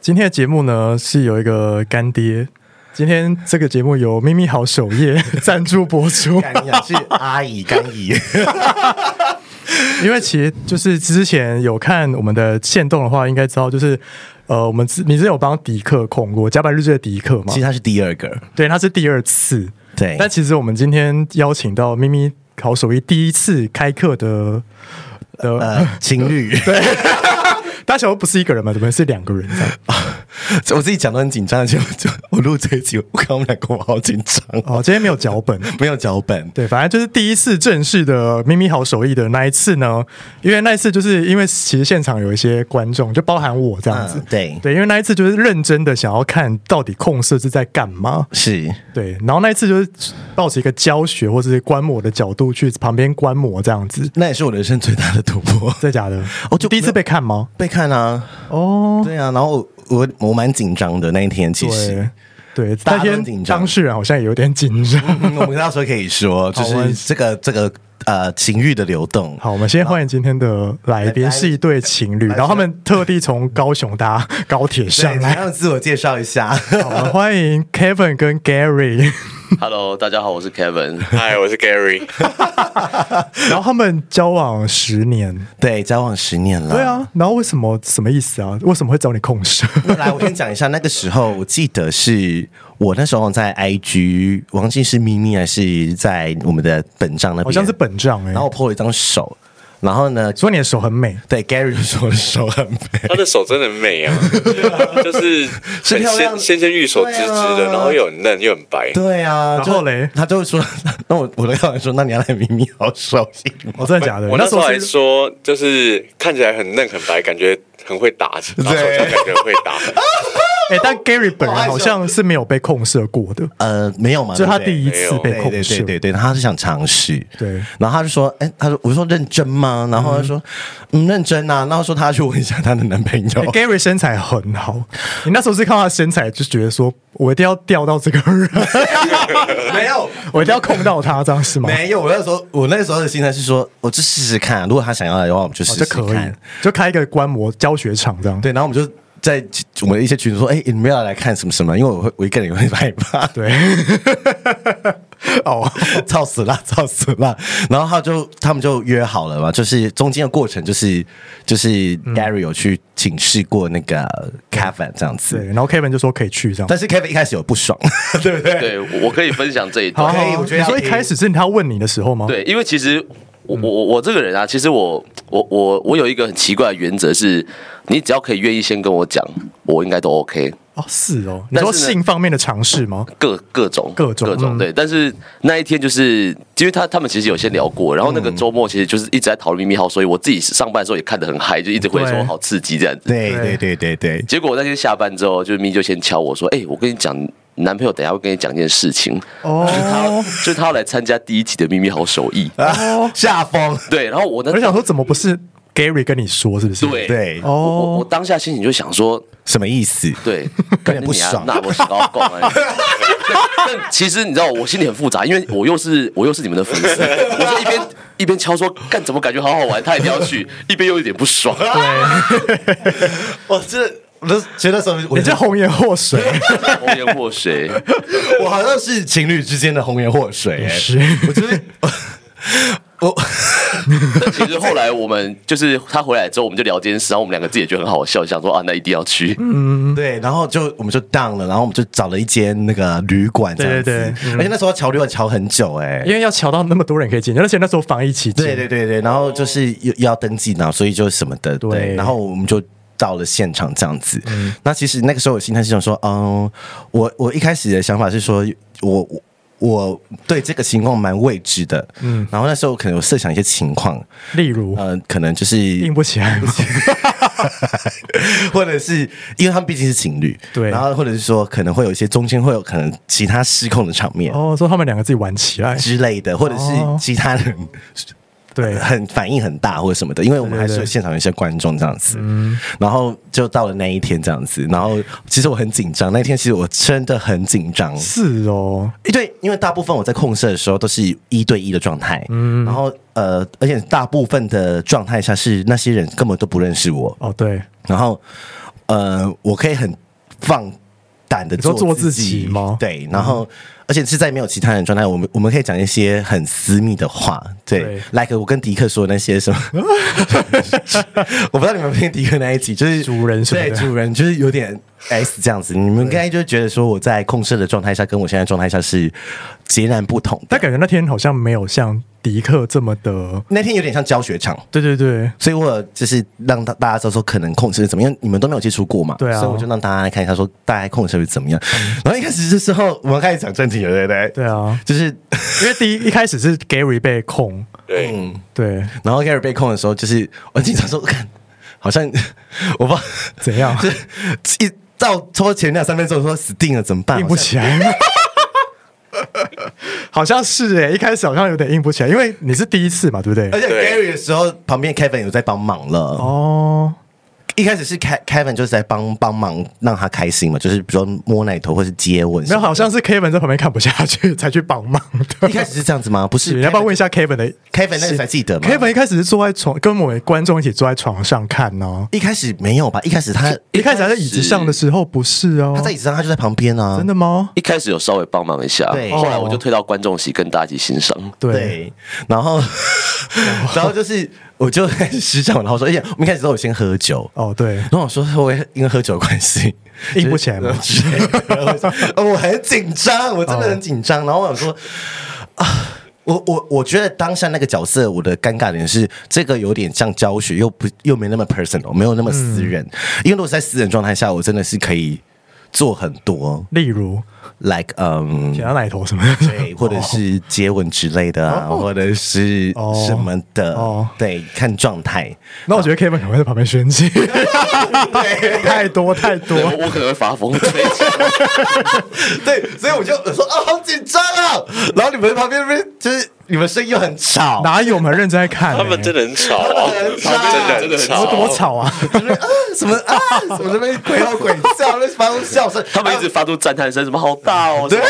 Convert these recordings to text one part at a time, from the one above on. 今天的节目呢是有一个干爹，今天这个节目由咪咪好首页 赞助播出。干你啊是阿姨干姨，因为其实就是之前有看我们的线动的话，应该知道就是呃，我们之你之前有帮迪克控过《加班日志》的迪克嘛 其？实他是第二个，对，他是第二次。对 但其实我们今天邀请到咪咪好手艺第一次开课的的，呃，情侣。 对， 大家想说不是一个人嘛，怎么是两个人这样？我自己讲的很紧张，就就我录这一集，我看我们两个我好紧张，哦，今天没有脚本。 没有脚本。对，反正就是第一次正式的咪咪好手艺的那一次呢，因为那一次就是因为其实现场有一些观众，就包含我这样子，嗯对对，因为那一次就是认真的想要看到底控社是在干嘛，是，对，然后那一次就是抱着一个教学或者是观摩的角度去旁边观摩这样子，那也是我人生最大的突破。真的假的？哦就第一次被看吗？ 被看啊，哦，对啊，然后我我我蛮紧张的那一天，其实对。对，大那家都天很紧张当事人好像也有点紧张。 嗯我们到时候可以说，就好啊是这个这个呃情欲的流动。好，我们先欢迎今天的来宾，来是一对情侣，然后他们特地从高雄搭高铁上对，来来。让自我介绍一下。好，我们欢迎 Kevin 跟 Gary， Hello，大家好，我是 Kevin。嗨，我是 Gary。然后他们交往十年， 对，交往十年了。 对啊，然后为什么什么意思啊？为什么会找你控社？来，我先讲一下，那个时候我记得是我那时候在 IG，我忘记是咪咪还是在我们的本账那边，好像是本账哎、然后我 po 了一张手，然后呢，说你的手很美， 对 Gary 就说我的手很美，她的手真的很美啊，就是是很漂亮纤纤纤玉手直直对的，啊然后又很嫩又很白。对啊，然就后嘞他就说， 那我我就跟他说，那你要来咪咪好手 艺吗？哦，真的假的？我那时候还是说，就是看起来很嫩很白，感觉很会打，打手枪感觉很会打。哎、但 Gary 本人好像是没有被控社过的，呃，没有嘛，就他对不对第一次被控对对社对。对对，他是想尝试。对然后他就说：“哎，他说，我说认真吗？”然后他说：“嗯，认真啊。”然后说他要去问一下他的男朋欸友。 Gary 身材很好，你那时候是看到他身材就觉得说，我一定要钓到这个人， 没有， 我一定要控到他，这样是吗？没有，我那时候我那时候的心态是说，我就试试看，如果他想要来的话，我们就哦，试就试可看。以，就开一个观摩教学场这样。对，然后我们就在我们的一些群组说，哎、你们要来看什么什么？因为我会我一个人也会害怕， 对，哦，操死啦，操死啦！然后他就他们就约好了嘛，就是中间的过程就是就是嗯 Gary 有去请示过那个 Kevin 这样对，子，然后 Kevin 就说可以去这样。但是 Kevin 一开始有不爽， 对不对？ 对，我我可以分享这一段。可以我觉得你要说一听开始是他问你的时候吗？，对，因为其实我嗯我我我这个人啊，其实我我我我有一个很奇怪的原则是，你只要可以愿意先跟我讲，我应该都 OK。哦，是哦。你但说是呢性方面的尝试吗？各各种各种各嗯种对，但是那一天就是因为他他们其实有先聊过，然后嗯那个周末其实就是一直在讨论秘密号，所以我自己上班的时候也看得很嗨，就一直会对说好刺激这样子。对对对对对，结果我那天下班之后，就是咪就先敲我说：“哎、我跟你讲，男朋友等一下会跟你讲一件事情，哦，就是他要来参加第一集的秘密好手艺。 啊，下风，对，然后我那我就想说，怎么不是 Gary 跟你说？是不是？对对，我我哦我，当下心情就想说，什么意思？对，有点不爽那我是高拱啊。但其实你知道，我心里很复杂，因为我又是我又是你们的粉丝，我就一边一边敲说，干怎么感觉好好玩，他一定要去，一边又有点不爽。我这我都觉得什么？我你这红颜祸 水红颜祸水，我好像是情侣之间的红颜祸水、欸，是我就是 我但其实后来我们就是他回来之后，我们就聊这件事，然后我们两个自己也觉得很好笑，想说啊，那一定要去。对，然后就我们就 down 了，然后我们就找了一间那个旅馆这样子，对对对嗯而且那时候瞧旅馆瞧很久、欸，因为要瞧到那么多人可以进去，而且那时候防疫期间，对对对对，然后就是又要登记呢，所以就什么的，对，对然后我们就。到了现场这样子，哦那其实那个时候我心态是想说，嗯，我我一开始的想法是说，我我我对这个情况蛮未知的，嗯，然后那时候可能有设想一些情况，例如呃，可能就是硬不起来吗， 或者是因为他们毕竟是情侣，对然后或者是说可能会有一些中间会有可能其他失控的场面哦，说他们两个自己玩起来，之类的，或者是哦其他人对，很反应很大或者什么的，因为我们还对对是嗯有对现场有一些观众这样子，然后就到了那一天这样子，然后其实我很紧张，那天其实我真的很紧张，是哦，对，因为大部分我在控射的时候都是一对一的状态，嗯然后呃，而且大部分的状态下是那些人根本都不认识我，哦对，然后呃，我可以很放胆的你说做做自自己吗对，然后、而且是在没有其他人的状态，我们我们可以讲一些很私密的话，对对，like 我跟迪克说的那些什么， 我不知道你们有没有听迪克那一集，就是 主人什么对的主人就是有点 S 这样子，你们应该就觉得说我在控制的状态下跟我现在状态下是截然不同的，但感觉那天好像没有像迪克这么的，那天有点像教学场。对对对，所以我有就是让大大家知道说可能控制是怎么样，你们都没有接触过嘛，对啊嗯所以我就让大家来看一下说大概控制是怎么样。然后一开始的时候，我们开始讲正题了，对不对？对啊就是，因为第一一开始是 Gary 被控，对，对，然后 Gary 被控的时候，就是我经常说，看好像 我不知道怎样 就是一到拖前两三分钟说死定了怎么办？硬不起来。 好像是哎、一开始好像有点硬不起来，因为你是第一次嘛，对不对好？像。而且对 Gary 的时候，旁边 Kevin 有在帮忙了。哦，一开始是 Ke- Kevin 就是在帮帮忙让他开心嘛，就是比如说摸奶头或是接吻什没么的。有，好像是 Kevin 在旁边看不下去才去帮 忙的。一开始是这样子吗？不是，你要不要问一下下 Kevin 的 Kevin 那个才记得吗 Kevin 一开始是坐在床，跟我们观众一起坐在床上看哦。一开始没有吧？一开始他一开始还在椅子上的时候不是哦，他在椅子上，他就在旁边啊。真的吗？一开始有稍微帮忙一下，对后来我就推到观众席跟大家一起欣赏。对，对，然后 然后就是我就 开始施展，然后说，哎呀，我们一开始都有先喝酒，哦对，然后我说会不会因为喝酒的关系 硬不起来吗？之类的然后我说哦我很紧张，我真的很紧哦张。然后我想说啊。我我我觉得当下那个角色，我的尴尬点是，这个有点像教学，又不又没那么 personal，没有那么私人。嗯因为如果是在私人状态下，我真的是可以做很多例如，like 嗯、舔到奶头什么的，对，哦或者是接吻之类的啊，或者是哦什么的，哦对，看状态。 那我觉得 Kevin 可能会在旁边宣气，太多太对，多。我我可能会发疯。对 对，所以我就我说啊，好紧张啊！然后你们旁边那边就是你们声音又很吵，哪有我们很认真在看、他们真的的很吵啊，他真的很有吵，多吵啊！就是啊什么啊什么那边鬼吼鬼叫，那发出笑声，啊他们一直发出赞叹声，什么好大哦，对，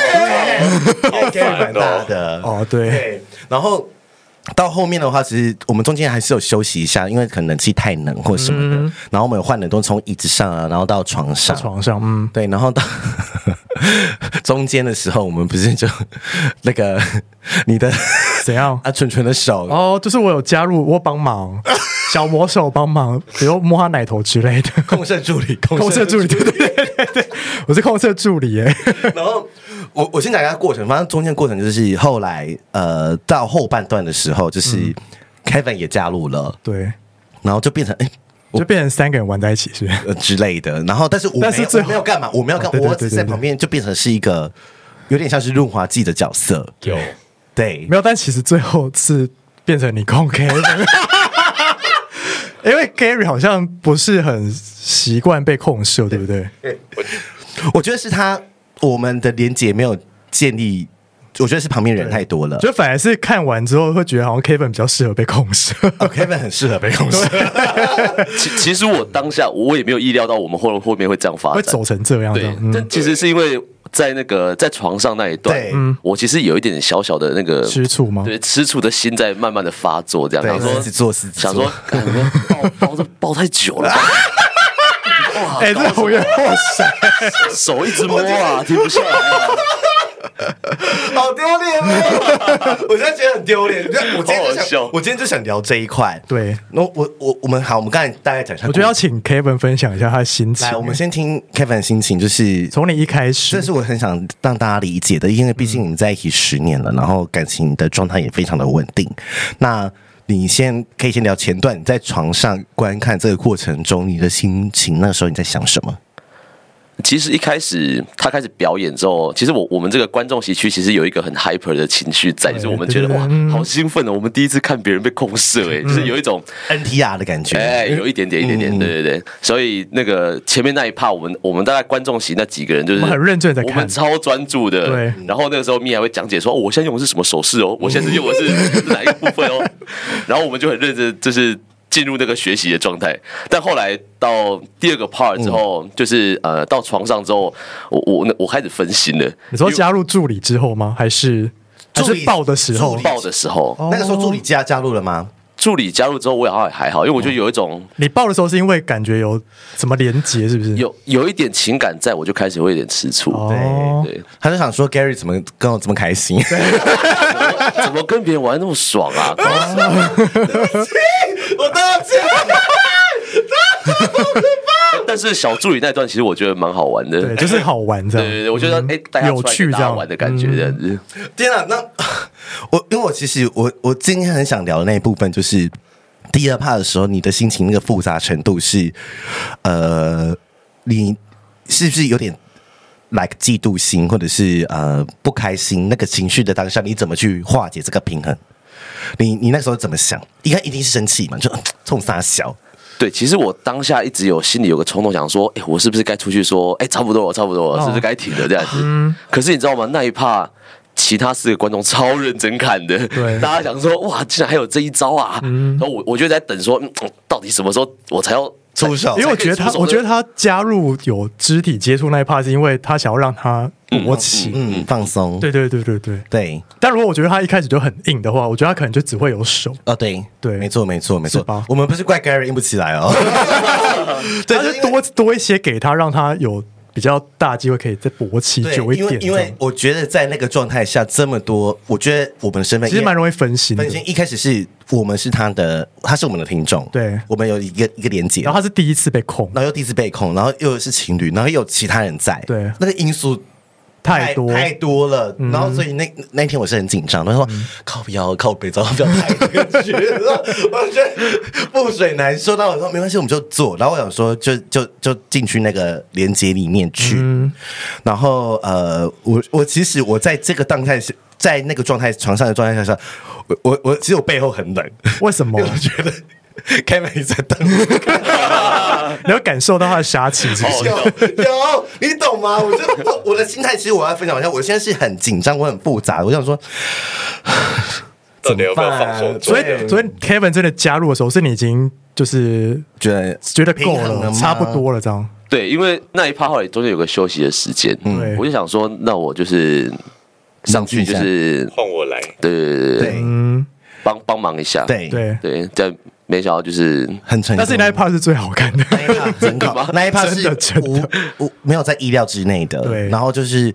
好给烦蛮大哦。的哦，对，对，然后到后面的话，其实我们中间还是有休息一下，因为可能冷气太冷或什么的。然后我们有换冷冻，从椅子上啊，然后到床上，床上，嗯，对，然后到 中间的时候，我们不是就 那个 你的怎样？啊，蠢蠢的手。哦，就是我有加入，我有帮忙，小魔手帮忙，比如摸他奶头之类的。控射助 理，控控射色助理，对对对对对，我是控色助理耶。然后我我先讲一下过程，反正中间过程就是后来呃到后半段的时候，就是嗯 Kevin 也加入了，对，然后就变成哎、就变成三个人玩在一起是不是？呃之类的。然后，但是我没有但是最我后没有干嘛，我没有干哦，对对我对只对是在对旁边就变成是一个有点像是润滑剂的角色。有对没有，但其实最后是变成你控 K。因为 Gary 好像不是很习惯被控射，对不对？我觉得是他我们的连接没有建立，我觉得是旁边人太多了。就反而是看完之后会觉得好像 Kevin 比较适合被控射。哦 Kevin 很适合被控制，其其实我当下我也没有意料到我们后后面会这样发会展，走成这样对的，，嗯但其实是因为在那个在床上那一段对，我其实有一点点小小的那个嗯吃醋吗对，吃醋的心在慢慢的发作，这样对想说狮子座狮子座想说干我们抱 抱这抱太久 了吧，哇，哎，这好远，哇塞！手一直摸啊，停不下来啊，好丢脸哦！ 我现在觉得很丢脸。我今天就好好笑想，我今天就想聊这一块。对那我我我们好，我们刚才大概讲一下，我觉得要请 Kevin 分享一下他的心情。来，我们先听 Kevin 的心情，就是从你一开这始，是我很想让大家理解的，因为毕竟你们在一起十年了，然后感情的状态也非常的稳定。那你先可以先聊前段，你在床上观看这个过程中，你的心情，那时候你在想什么？其实一开始他开始表演之后，其实我我们这个观众席区其实有一个很 hyper 的情绪在，就是我们觉得对对哇嗯，好兴奋哦！我们第一次看别人被控射，哎，就是有一种 NTR 的感觉，哎，有一点点，一点点，嗯对对对。所以那个前面那一趴，我们我们大概观众席那几个人就是我们很认真地在看我们超专注的。对嗯然后那个时候咪还会讲解说，哦我现在用的是什么手势哦，我现在用的是 是哪一个部 分哦。然后我们就很认真，就是进入那个学习的状态。但后来到第二个 part 之后，嗯就是呃，到床上之后，我我我开始分心了。你说加入助理之后吗？还是还助是理报的时候助理？报的时候，哦那个时候助理加加入了吗？助理加入之后，我也好像还好，因为哦我就有一种你报的时候是因为感觉有什么连结，是不是？有有一点情感在，我就开始会有点吃醋。哦，对，他就想说 Gary 怎么跟我这么开心？怎么跟别人玩那么 爽啊？搞死了 我对不起，但是小助理那段其实我觉得蛮好玩的，对，就是好玩这对样。嗯对对，我觉得哎，带他出来有趣给大这家样嗯玩的感觉这样子。天啊！那我因为我其实我我今天很想聊的那一部分就是第二趴的时候，你的心情那个复杂程度是，呃，你是不是有点 like 嫉妒心，或者是呃不开心那个情绪的当下，你怎么去化解这个平衡？你你那时候怎么想？应该一定是生气嘛，就冲傻笑。对，其实我当下一直有心里有个冲动，想说，哎，我是不是该出去说，哎，差不多了，差不多了，哦嗯是不是该停了这样子？可是你知道吗？那一趴。其他四个观众超认真看的，对嗯大家想说哇，竟然还有这一招啊！然后我我就在等说，嗯，到底什么时候我才要出手因为我觉得才他可以出，手我觉得他加入有肢体接触那一 part 是因为他想要让他勃起。嗯，放松。对对对对对。对，但如果我觉得他一开始就很硬的话，我觉得他可能就只会有手。哦，对对没错，没错，没错是吧。我们不是怪 Gary 硬不起来 哦，对，他就就是因多为多一些给他，让他有比较大机会可以再勃起对，久一因为点这因样。为我觉得在那个状态下，这么多，我觉得我们身份其实蛮容易分易心的分。心。一开始是我们是他的，他是我们的听众，对我们有一个一个连接，然然后后他是第一次被控，又第一次被控，然后又是情侣，然后又有其他人在，对那个因素。太多嗯太多了，然后所以那那天我是很紧张，他说靠腰靠北，然后不要太过去了， 我觉得覆水难收。那我说没关系，我们就做。然后我想说就就就进去那个连接里面去，嗯然后呃，我我其实我在这个状态是在那个状态床上的状态下是，我我我其实我背后很冷， 为什么？我觉得 Kevin 一直在等你有感受到他的侠气是不是？有有，你懂吗？我就我的心态，其实我要分享一下，我现在是很紧张，我很复杂，我想说，到底要不要放怎么手办做所？以，所以 Kevin 真的加入的时候，是你已经就是觉得觉得够平衡了吗差不多了，这样。对，因为那一趴后来中间有个休息的时间，嗯对我就想说，那我就是上去就是换我来，对对对对，对嗯，呃帮帮忙一下，对，对。对，但没想到就是很成功。但是你那一 part 是最好看的，那一趴真的，那一趴真的是真无无没有在意料之内的，对然后就是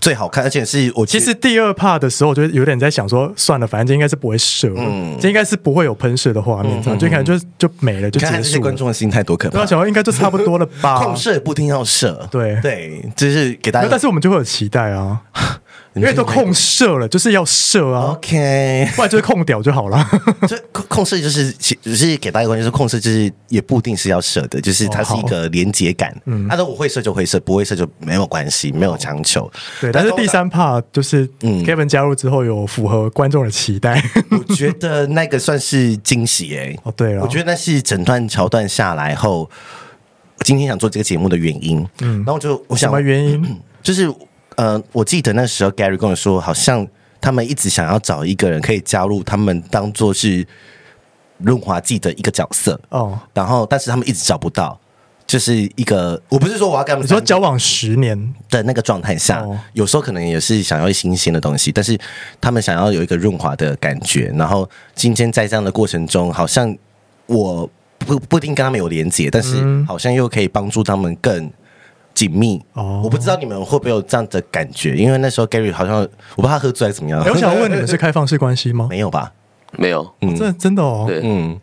最好看，而且是我其实第二 part 的时候，我就有点在想说，算了，反正这应该是不会射了，嗯这应该是不会有喷射的画面，这样就可能就就没了，就看看结这些束观了。众的心态多可对怕啊，，想说应该就差不多了吧控。射不听要射，啊对对，就是给大没家有，但是我们就会有期待啊，因为都控射了，就是要射啊，哦，OK， 不然就是控屌就好了。这控控射就是，其只是给大家一个观念，就是控射就是也不一定是要射的，就是它是一个连接感。嗯，他说我会射就会射，不会射就没有关系，没有强求。对，但是第三 part 就是嗯 Kevin 加入之后有符合观众的期 待。我觉得那个算是惊喜诶、哦，对了，我觉得那是整段桥段下来后，我今天想做这个节目的原因。嗯，然后就我什想么原嗯因？就是呃，我记得那时候 Gary 跟我说，好像他们一直想要找一个人可以加入他们，当做是润滑剂的一个角色。哦，然后但是他们一直找不到，就是一个我不是说我要跟他们你说单交往十 年，的那个状态下，哦有时候可能也是想要新鲜的东西，但是他们想要有一个润滑的感觉。然后今天在这样的过程中，好像我不不一定跟他们有连接，嗯但是好像又可以帮助他们更。紧密哦我不知道你们会不会有这样的感觉，因为那时候 Gary 好像我不知道他喝醉还是怎么样，哎，我想问你们是开放式关系吗？没有吧？没有，哦真的真的哦，对嗯，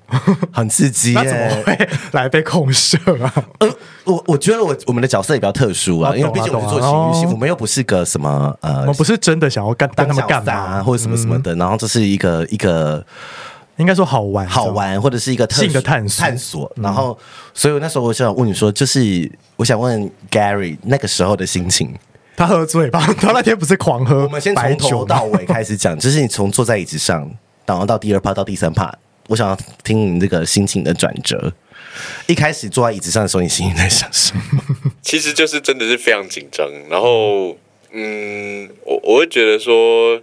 很刺激耶、那怎么 会来被控射啊？呃，我我觉得我我们的角色也比较特殊啊，啊因为懂啊毕竟我们是做懂啊情欲戏，哦我们又不是个什么呃我们不是真的想要干当跟他们干小三啊嘛？或者什么什么的，然后这是一个一个应该说好玩，好玩或者是一个特性的探索嗯探索。然后，所以我那时候我想问你说，就是我想问 Gary 那个时候的心情。他喝醉吧？ 他那天不是狂喝白酒吗，我们先从头到尾开始讲，就是你从坐在椅子上，然后到第二趴到第三趴，我想要听你这个心情的转折。一开始坐在椅子上的时候，你心里在想 什么？其实就是真的是非常紧张，然后嗯，我我会觉得说，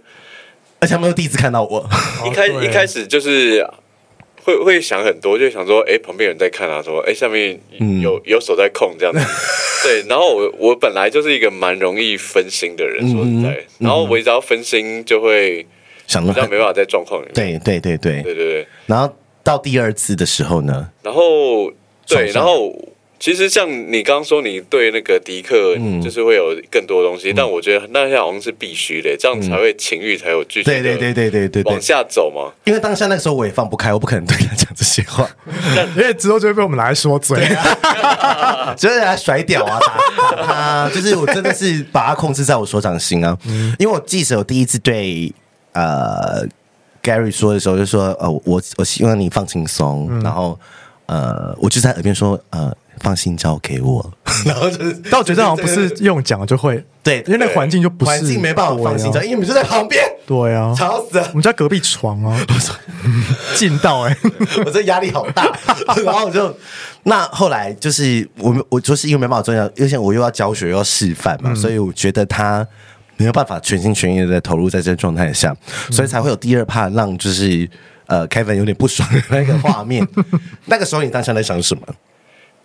而且他们又第一次看到我，一开对一开始就是会会想很多，就想说，哎、旁边有人在看啊，说，哎、下面嗯有、有手在控 这样子，对。然后我我本来就是一个蛮容易分心的人，嗯说实在，然后我一只要分心就会想比较到没办法在状况里 面。对对对对，对对对，然后到第二次的时候呢，然后爽对，上然后其实像你刚刚说，你对那个迪克嗯就是会有更多东西，但我觉得那些好像是必须的，这样才会情欲才有继续嗯对对对对对对对对往，下走嘛。因为当下那个时候我也放不开，我不可能对他讲这些话， 因为之后就会被我们拿来说嘴。啊就是他甩屌啊，打打他，就是我真的是把他控制在我手掌心啊。因为我记得我第一次对呃 Gary 说的时候，就说呃我我希望你放轻松，嗯然后呃我就在耳边说呃放心交给我， 然后就 是嗯但我觉得好像不是用讲就会，对，因为那个环境就不是环境没办法放心交，对啊因为你们就在旁边，对啊，吵死了我。们家隔壁床 啊，近到哎、我这压力好 大，然后我就那后来就是我们我就是因为没办法专业，因为我又要教学又要示范嗯嘛，所以我觉得他没有办法全心全意的投入在这个状态下，所以才会有第二怕让就是呃 Kevin 有点不爽的那个画面。 那个时候你当下在想什么？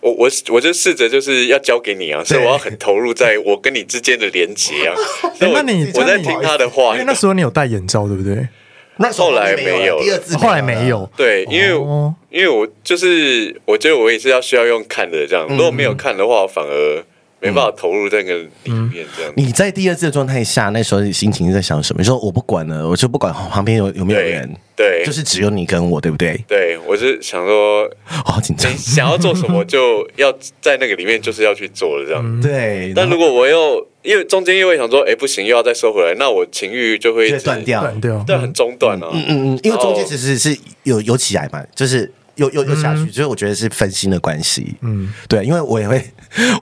我我我就试着就是要交给你啊，所以我要很投入在我跟你之间的连接啊。所欸以 我那你我在那你听他的话因为，那时候你有戴眼罩对不对？那时候后来没有了第二次后来了没。有，对，因为、哦因为我就是我觉得我也是要需要用看的这样，如果没有看的话，反而没办法投入在那个里面这样。你在第二次的状态下，那时候你心情在想什么？你说我不管了，我就不管旁边有有没有对人，对，就是只有你跟我，对不对？对，我是想说，我好紧张 你。想要做什么就要在那个里面，就是要去做了这样。嗯对，但如果我又因为中间又会想说，哎、不行，又要再收回来，那我情欲就会一就直会断，掉，断掉，对，很中断啊。嗯嗯，因为中间其实是有有起来嘛，就是有有有下嗯去，就是我觉得是分心的关系。嗯，对，因为我也会，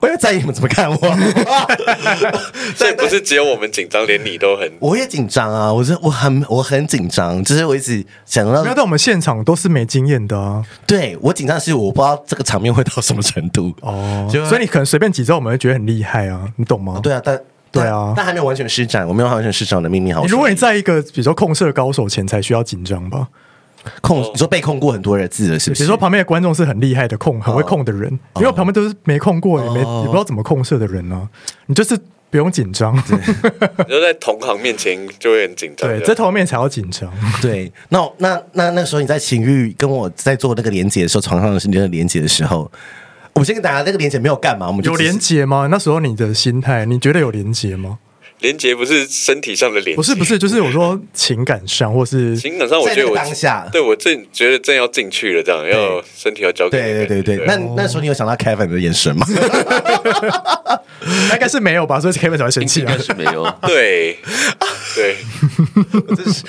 我也会在意你们怎么看我， 所以不是只有我们紧张，连你都很我也紧张啊，我是我很我很紧张，就是我一直想没有，到，但我们现场都是没经验的啊。对我紧张的是我不知道这个场面会到什么程度。哦，就所以你可能随便几招，我们会觉得很厉害啊，你懂吗？对啊，但对啊但还没有完全施展，我没有完全施展我的秘密好你手。如果你在一个比如说控色高手前才需要紧张吧，控，你说被控过很多的字了，是不哦比是？如说旁边的观众是很厉害的控，很会控的人，因为我旁边都是没控过，也没哦也不知道怎么控色的人啊，你就是不用紧张，你就在同行面前就会很紧张。对，啊这这样头面才要紧张，对，那我那那那时候你在情欲跟我在做那个连接的时候，床上的是你的连接的时候，我们先跟大家那个连接没有干嘛，我们 就有只是连结吗？那时候你的心态，你觉得有连结吗？连接不是身体上的连接，不是不是，就是我说情感上或是情感上，我在觉得那个我当下对我正觉得正要进去了，这样要身体要交给你对的对对对，那那时候你有想到 Kevin 的眼神吗？大概是没有吧，所以 Kevin 才会生气应啊该。是没 有。对对，我真是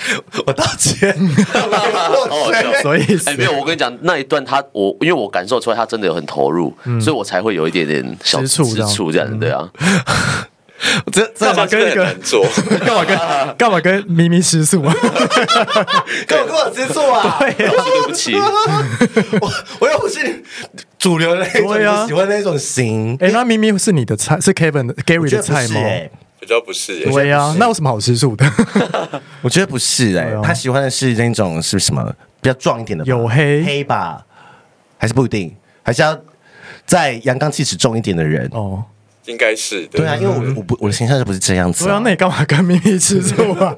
我道歉，好哦好笑 所以哎，没有，我跟你讲那一段他，我因为我感受出来他真的有很投入，嗯所以我才会有一点点小吃醋这样这样对啊。这这干嘛跟一真个的很难 做？ 干嘛啊跟干嘛跟咪咪吃醋啊？跟我跟我吃醋啊！老师对不 起，我我又不是主流的那种，对啊你喜欢那种型，哎、那咪咪是你的菜，是 Kevin 的我 Gary 觉的得不菜是吗？哎，比较不是、欸，对呀、那有什么好吃 醋的？我觉得不是哎对啊，他喜欢的是那种是什么比较壮一点的吧，黝黑黑吧，还是不一定，还是要在阳刚气质重一点的人。哦，嗯应该是的。对啊，因为我我不我的形象就不是这样子、对啊，那你干嘛跟咪咪吃醋啊？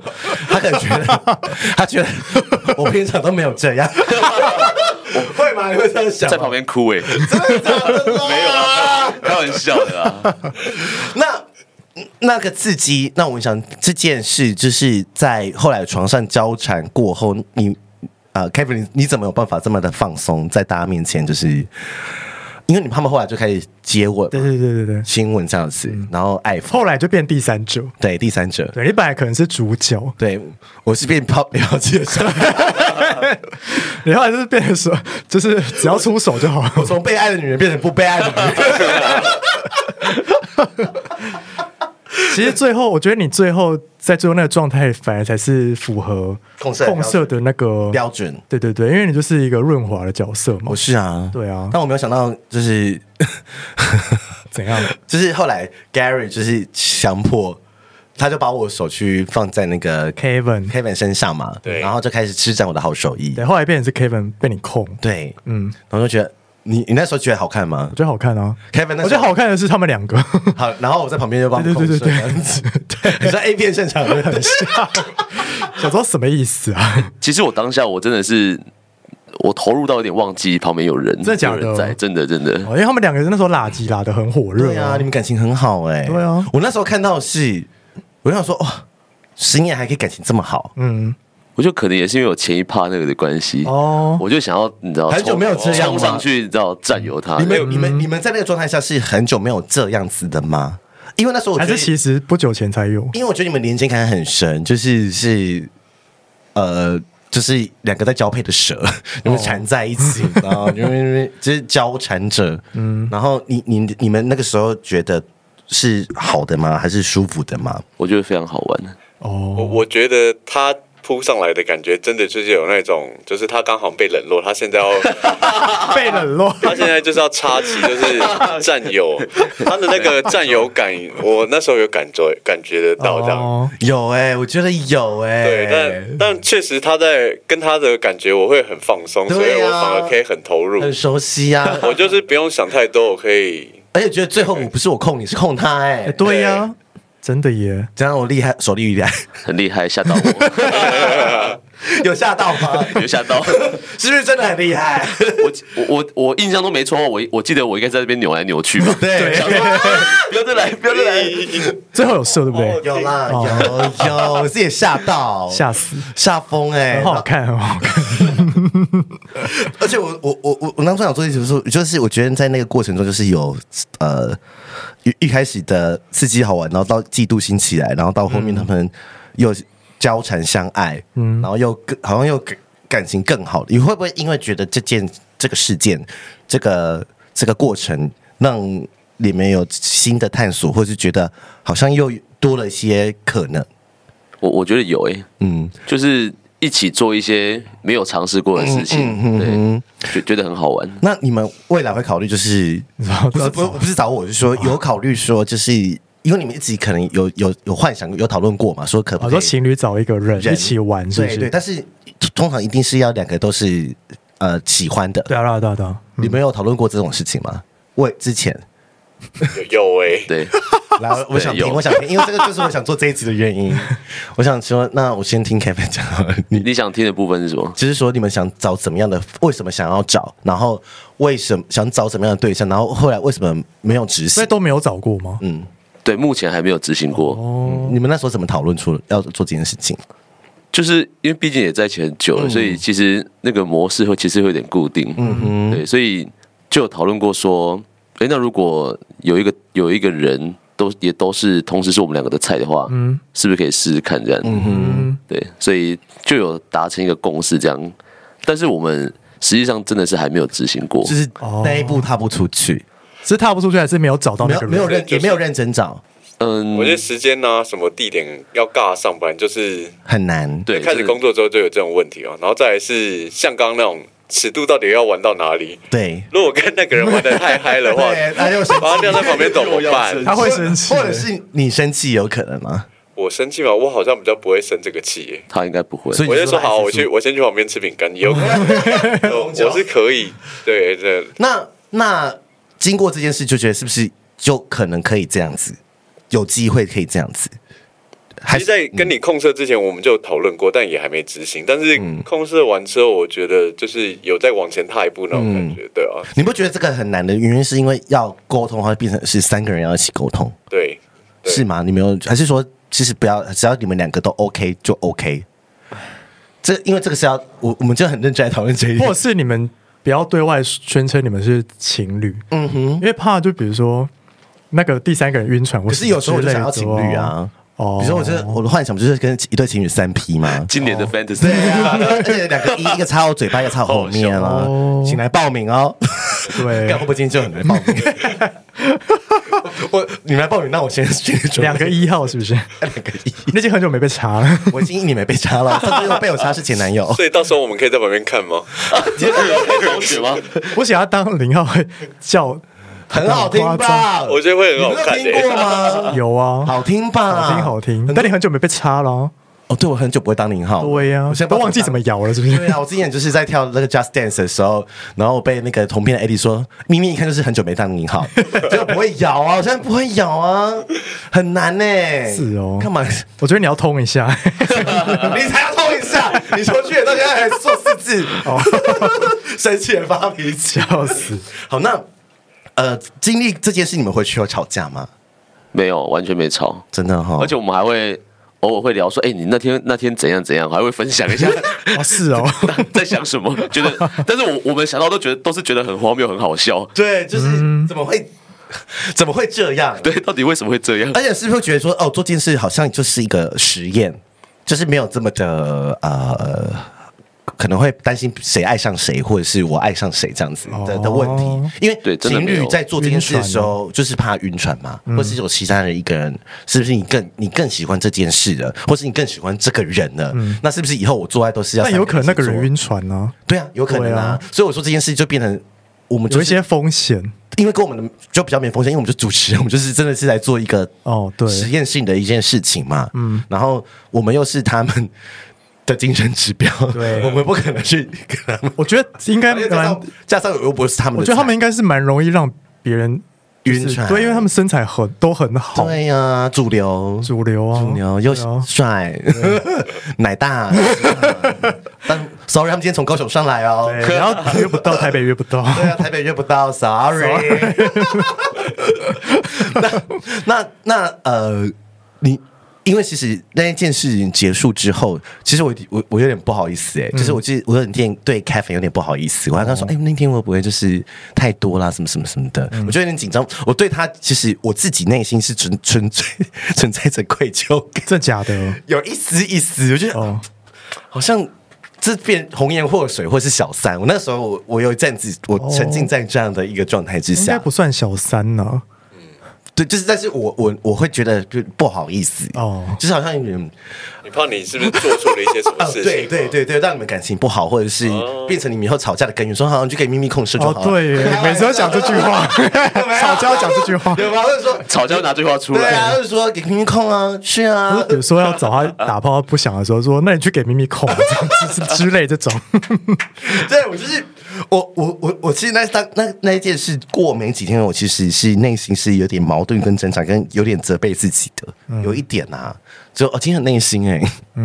他可能觉得，他觉得 我平常都没 有这样，会吗？你会这样想吗？在旁边哭哎，没有啊，开玩笑的啊啦。那嗯那个刺激，那我想这件事就是在后来床上交缠过后，你呃，Kevin，你你怎么有办法这么的放松在大家面前？就是因为你他们后来就开始接吻、 对对对对对，亲吻这样子，然后爱抚，后来就变第三者。对第三者。对你本来可能是主角，对，我是变抛标记的， 你后来就是变成说，就是只要出手就好了。 我从被爱的女人变成不被爱的女人。其实最后，我觉得你最后在最后那个状态，反而才是符合控色的控色的那个标准对对对，因为你就是一个润滑的角色嘛我。是啊，对啊但我没有想到，就是怎样？就是后来 Gary 就是强迫，他就把我手去放在那个 Kevin Kevin 身上嘛，对然后就开始施展我的好手艺对，，后来变成是 Kevin 被你控，对，嗯，然后就觉得你你那时候觉得好看吗我觉得好看啊。 ？Kevin 我那时觉得候好看的是他们两个，好，然后我在旁边就帮对对对对对控制这样 子，对， 你说 A 片现场很啊想说什么意思啊？其实我当下我真的是我投入到有点忘记旁边有人，真的假的有人在，真的真的。 哦因为他们两个人那时候拉鸡拉的很火热哦对啊，你们感情很好哎、对啊我那时候看到的是，我就想说哇，十年还可以感情这么好，嗯，我就可能也是因为我前一趴那个的关系，哦我就想要你知道，很久没有这样冲了上去，你知道占有他你。们你们你们在那个状态下是很久没有这样子的吗？因为那时候我还觉得是其实不久前才有。因为我觉得你们连接感很深，就是是呃，就是两个在交配的蛇，哦你们缠在一 起，然后因为因为就是交缠着，嗯，然后你你你们那个时候觉得是好的吗？还是舒服的吗？我觉得非常好玩，我哦，我觉得他扑上来的感觉，真的就是有那种，就是他刚好被冷落，他现在要，。被冷落他现在就是要插旗，就是占有，他的那个占有感，我那时候有感觉感觉得到这样。哦，有哎、我觉得有哎、对，但但确实他在跟他的感觉，我会很放松，所以对啊我反而可以很投入。很熟悉 啊，我就是不用想太多，我可以而且觉得最后我不是我控你，是控他哎、哎，对呀，真的耶。这样我厉害，手力厉害，很厉害，吓到 我，有吓到吗？有吓到。是不是真的很厉害？我我我我印象都没错，哦我我记得我应该在那边扭来扭去吧。对想说啊不要再来，不要再来。最后有射对不对？有啦，哦有有，我自己也吓到，吓死，吓疯哎，很好看，很好看。而且我我我我我当初想做一直说，就是我觉得在那个过程中，就是有呃一一开始的刺激好玩，然后到嫉妒心起来，然后到后面他们又交缠相爱，嗯，然后又更好像又感感情更好了。你会不会因为觉得这件这个事件这个这个过程让里面有新的探索，或是觉得好像又多了一些可能？我我觉得有诶、嗯，就是一起做一些没有尝试过的事嗯情，对，觉觉得很好玩。那你们未来会考虑就是你知道啊不是不是不是找我，是说有考虑说，就是因为你们一直可能有有有幻想有讨论过嘛，说可不我可哦说以情侣找一个人人一起玩，是不对是？对，但是通常一定是要两个都是呃喜欢的。对啊，对啊，对啊，对啊。你们有讨论过这种事情吗？我 之前，有有诶、对，来，我我想有听，我想听，因为这个就是我想做这一集的 原因。我想说，那我先听 Kevin 讲好了， 你你想听的部分是什么？就是说你们想找怎么样的，为什么想要找，然后为什么想找怎么样的对象，然后后来为什么没有执所以行？都没有找过吗？嗯对，目前还没有执行过，你们那时候怎么讨论出要做这件事情？就是因为毕竟也在一起很久了，所以其实那个模式会其实会有点固定。嗯对，所以就有讨论过说，诶，那如果有一个有一个人都也都是同时是我们两个的菜的话，嗯，是不是可以试试看这样？嗯嗯，对，所以就有达成一个共识这样，但是我们实际上真的是还没有执行过，就是哦那一步踏不出去，是踏不出去，还是没有找到没那有个人？没有认就是也没有认真找，嗯，我觉得时间呢、什么地点要尬上班，就是很难。对，开始工作之后就有这种问题哦。然后再来是像刚刚那种尺度到底要玩到哪里？对如果跟那个人玩的太嗨的话，对，那就生把他晾在旁边怎么 办？他会生气，或者是你生气有可能吗？我生气吗？我好像比较不会生这个气耶。他应该不会。所以我就说还是好，我说去，我先去旁边吃饼干，也 有可能，我我是可以，对对，那那经过这件事，就觉得是不是就可能可以这样子，有机会可以这样子？其还实，是在跟你控色之前，我们就有讨论过，但也还没执行。但是嗯控色完之后，我觉得就是有再往前踏一步那种感嗯觉，对啊，你不觉得这个很难的原因是因为要沟通，它变成是三个人要一起沟通，对，对是吗？你没有，还是说其实不要，只要你们两个都 OK 就 OK？这因为这个是要我我们就很认真来讨论这一 或者点。是你们不要对外宣称你们是情侣，嗯哼，因为怕就比如说那个第三个人晕船，或可是有时候我之类就想的要情侣啊。哦比如说，我就是我的幻想不就是跟一对情侣三 P 吗？经典的 fantasy，、 对啊，而且两个一一个插我嘴巴，一个插我后面啊哦，请来报名哦。对干会不会今天就很难报名？我你们来报名，那我先去准备两个一号是不是？两个一，那已经很久没被查 了。我已经一年没被插了，上次又被我插是前 男友。所以到时候我们可以在旁边看吗？你是有同学吗？我想要当零号会叫很好 听很夸吧？我觉得会很好看哦你没有听过的。吗？有啊， 好听吧？好听好听很。但你很久没被插了哦，哦，对我很久不会当零号，对呀我现在，啊不都知道忘记怎么当。摇了，是不是？对啊，我之前就是在跳那个 Just Dance 的时候，然后我被那个同片的 Eddie 说，明明一看就是很久没当零 号，结果不会咬啊，我现在不会咬啊，很难呢、是哦干嘛？我觉得你要通一下， 你才要痛一下，你从去年到现在还做四字，哦， 生气的发脾气。笑死！好，那呃，经历这件事，你们回去有吵架吗？没有，完全没吵。真的哈、而且我们还会偶尔会聊说，哎、你那天那天怎样怎样，还会分享一下啊，是哦，在想什么，觉得，但是我我们想到都觉得都是觉得很荒谬，很好笑。对，就是、嗯怎么会怎么会这样？对，到底为什么会这 样？而且是不是觉得说，哦，做这件事好像就是一个实验，就是没有这么的呃，可能会担心谁爱上谁，或者是我爱上谁这样子的、哦的问题。因为对真的情没有侣在做这件事的时候，就是怕晕船嘛，嗯或是有其他人一个人，是不是你更你更喜欢这件事了，或是你更喜欢这个人了？那是不是以后我做爱都是 要？但有可能嗯那个人晕，晕船呢，对啊，有可能啊。所以我说这件事就变成。我们就有一是些风险因为跟我们的就比较没风险，因为我们就主持人，我们就是真的是来做一个哦对实验性的一件事情嘛，嗯，然后我们又是他们的精神指标，对我们不可能去跟他们，我觉得应该而且加蛮上，加上我又不是他们的我菜，觉得他们应该是蛮容易让别人晕船对，因为他们身材很都很好，对呀、主流主流啊，主流对啊又帅， 奶大， 但 sorry，他们今天从高雄上来哦，对，然后约不到，台北约不到， 对啊，台北约不到，sorry。那那那呃，你因为其实那一件事情结束之后，其实我我我有点不好意思哎、就是我记得我有点对 Kevin 有点不好意思，我还跟他说，哎、那天我会不会就是太多啦，什么什么什么的，我就有点紧张。我对他其实我自己内心是存存在存在着愧疚感，真的假的？有一丝一丝，我觉得、哦，好像这变红颜祸水，或是小三。我那时候我我有一阵子，哦我沉浸在这样的一个状态之应下，该不算小三呢，对，就是但是我我我会觉得就不好意思哦就是好像有点你怕你是不是做错了一些什么啊，事情？ 对对，对对，让你们感情不好，或者是变成你们以后吵架的根源，说好像就可以秘密控制就哦好，了，啊对 耶，每次都讲这句话，吵架要讲这句话，对啊吧？或者说。吵架拿这句话出对来，啊，就是说给秘密控啊，是啊，有时候要找他打炮，他不想的时候说：“那你去给咪咪 控之之之类这种。对我就是我我我我其实那当那那一件事过没几天，我其实是内心是有点矛盾跟挣扎，跟有点责备自己的，嗯有一点啊，就哦，今天很内心哎、真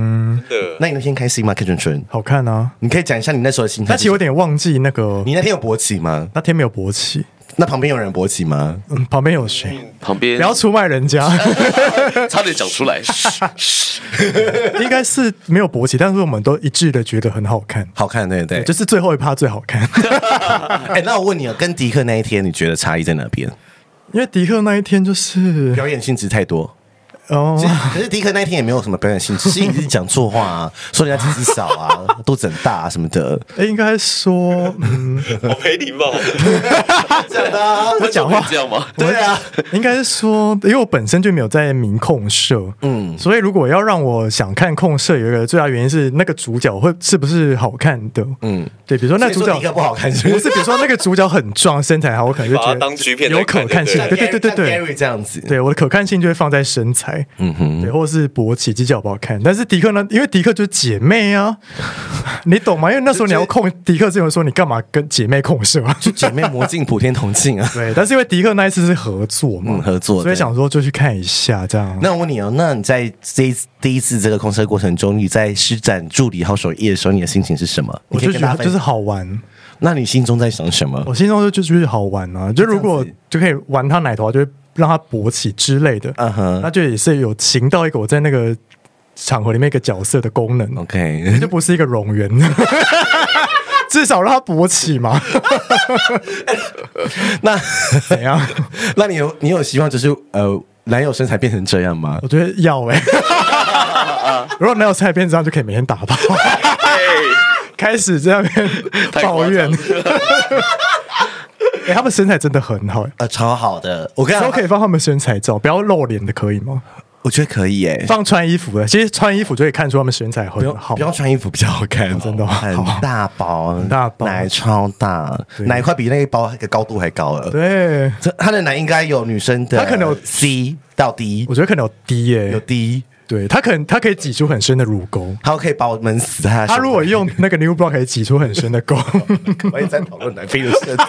的那你那天开心吗？K 纯纯”，好看啊！你可以讲一下你那时候的心态。但其实我有点忘记那个你那天有勃起吗？那天没有勃起，那旁边有人勃起吗？嗯，旁边有谁？旁边不要出卖人 家，差点讲出来， 应该是没有勃起，但是我们都一致的觉得很好看，好看，对不对？就是最后一趴最好看。 哎、那我问你啊，跟迪克那一天，你觉得差异在哪边？因为迪克那一天就是表演性质太多。哦其，实可是迪克那一天也没有什么表演性质，是一直讲错话啊，说人家体积小啊，肚子很大啊什么的。应该说， 嗯，我没礼貌。真的、啊，我讲话这样吗？对啊，应该是说，因为我本身就没有在民控社，嗯，所以如果要让我想看控社，有一个最大原因是那个主角会是不是好看的，嗯，对，比如说那所以主说角迪克不 好看是不不是，是？比如说那个主角很壮，身材好，我可能就觉把得它当 G 片在有看可看性，对对对对对像对。 ，Gary 这样子，对我的可看性就会放在身材，嗯哼，对，或者是勃起、鸡脚不好看。但是迪克呢，因为迪克就是姐妹 啊，你懂吗？因为那时候你要控迪克，之前说你干嘛跟姐妹控射、啊？ 就姐妹魔镜普天同庆啊。对，但是因为迪克那一次是合作嘛，嗯合作所以对想说就去看一下这样。 那我问你哦，那你在这一次第一次这个控车过程中，你在施展助理号手艺的时候，你的心情是什么？我你可就以觉跟大家得分就是好玩，那你心中在想什么？我心中就就是好玩啊。就如果这样子就可以玩他奶头啊，就会让他勃起之类的，嗯哼那就也是有行到一个我在那个场合里面一个角色的功哦能， OK， 就不是一个冗员， 至少让他勃起嘛。那怎样？ 那你有你有希望就是呃男友身材变成这样吗？我觉得要哎、如果男友菜变这样，就可以每天打炮。开始在那边哎太抱夸怨张。哎、他们身材真的很好、欸，呃，超好的，我跟之你后可以讲，放他们身材照，不要露脸的，可以吗？我觉得可以诶，放穿衣服的，其实穿衣服就可以看出他们身材不很用好。不用穿衣服比较好看，真的哦很好大包，很大包奶超大，奶快比那一包的高度还高了。对，这他的奶应该有女生的，他可能有 C 到 D，我觉得可能有低耶、有 D，对他可能他可以挤出很深的乳沟。他可以把我闷死在他他如果用那个 New Block 可以挤出很深的沟，我也在讨论男朋友 的身材，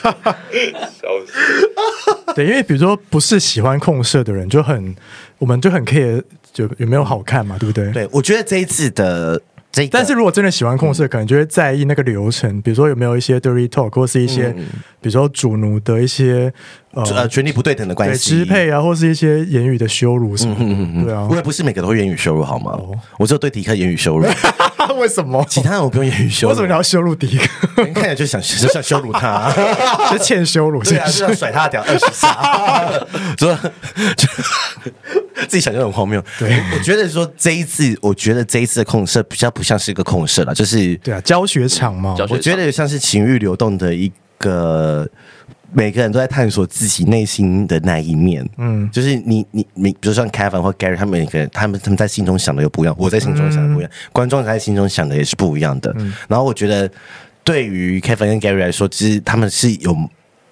笑死！对，因为比如说不是喜欢控射的人就很，我们就很 care 就有没有好看嘛，对不对？。对我觉得这一次的这个，但是如果真的喜欢控射，可能就会在意那个流程，比如说有没有一些 dirty talk 或是一些，比如说主奴的一些呃呃权力不对等的关对系支配啊，或是一些言语的羞辱什么的，对啊 我。也不是每个都会言语羞辱，好吗？哦我只有对迪克言语 羞辱，为什么？其他人我不用言语羞为辱。什么你要羞辱第一个？ 人看起来就想就想羞辱他？就欠羞辱，对是啊，不是就想甩 他屌二十下，说就自己想就很荒谬。对我我觉得说这一次，我觉得这一次的控射比较不像是一个控射了，就是对啊，教学场嘛，教学我觉得像是情欲流动的一个，每个人都在探索自己内心的那一面。嗯，就是你你你，比如说像 Kevin 或 Gary 他们每个人，他们他们在心中想的又不一样，我在心中想的不一样，嗯观众在心中想的也是不一样的。然后我觉得，对于 Kevin 跟 Gary 来说，其实他们是有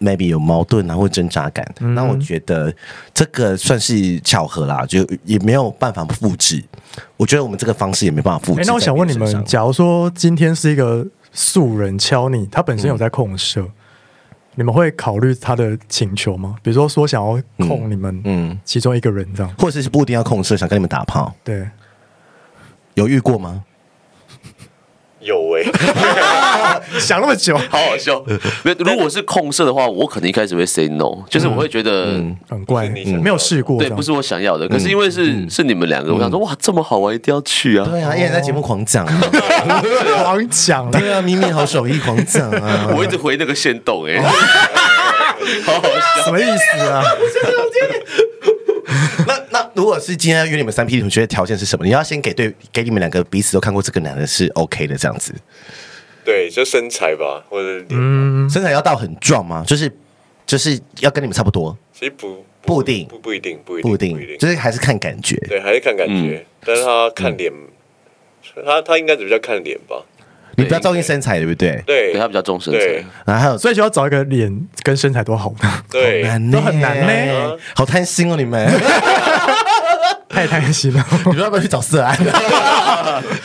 maybe 有矛盾啊或挣扎感。嗯那我觉得这个算是巧合啦，就也没有办法复制。我觉得我们这个方式也没办法复制哎、在别那我人身上。想问你们，假如说今天是一个素人敲你，他本身有在控射，你们会考虑他的请求吗？比如说说想要控你们，嗯嗯，其中一个人这样，或者是不一定要控制，想跟你们打炮，对，有遇过吗？有欸喂、想那么久，好好笑。没有如果是控色的话，我可能一开始会 say no，就是我会觉得。很怪，嗯你想没有试过，对，不是，我想要的，可是因为是、是你们两个，我想说哇，这么好玩，一定要去啊！对啊，一人在节目狂 讲，狂讲了。 对啊，咪咪好手艺狂讲 啊，我一直回那个线动、欸，哎、好好笑。什么意思啊？ 那那如果是今天要约你们三 P，你们觉得条件是什么？你要先给对给你们两个彼此都看过这个男的是 OK 的这样子，对，就身材吧，或者脸吧，身材要到很壮吗？就是就是要跟你们差不多，其实不不一定不不一定，不不一定，一不一定，定，就是还是看感觉。对，还是看感嗯觉，但是他看脸，他他应该比较看脸吧，你不要照应身材，对不对？对，对他比较重身对材，然后还有所以就要找一个脸跟身材都好的，对，难都很难呢，好贪心哦你们，太贪心了。你们要不要去找色案？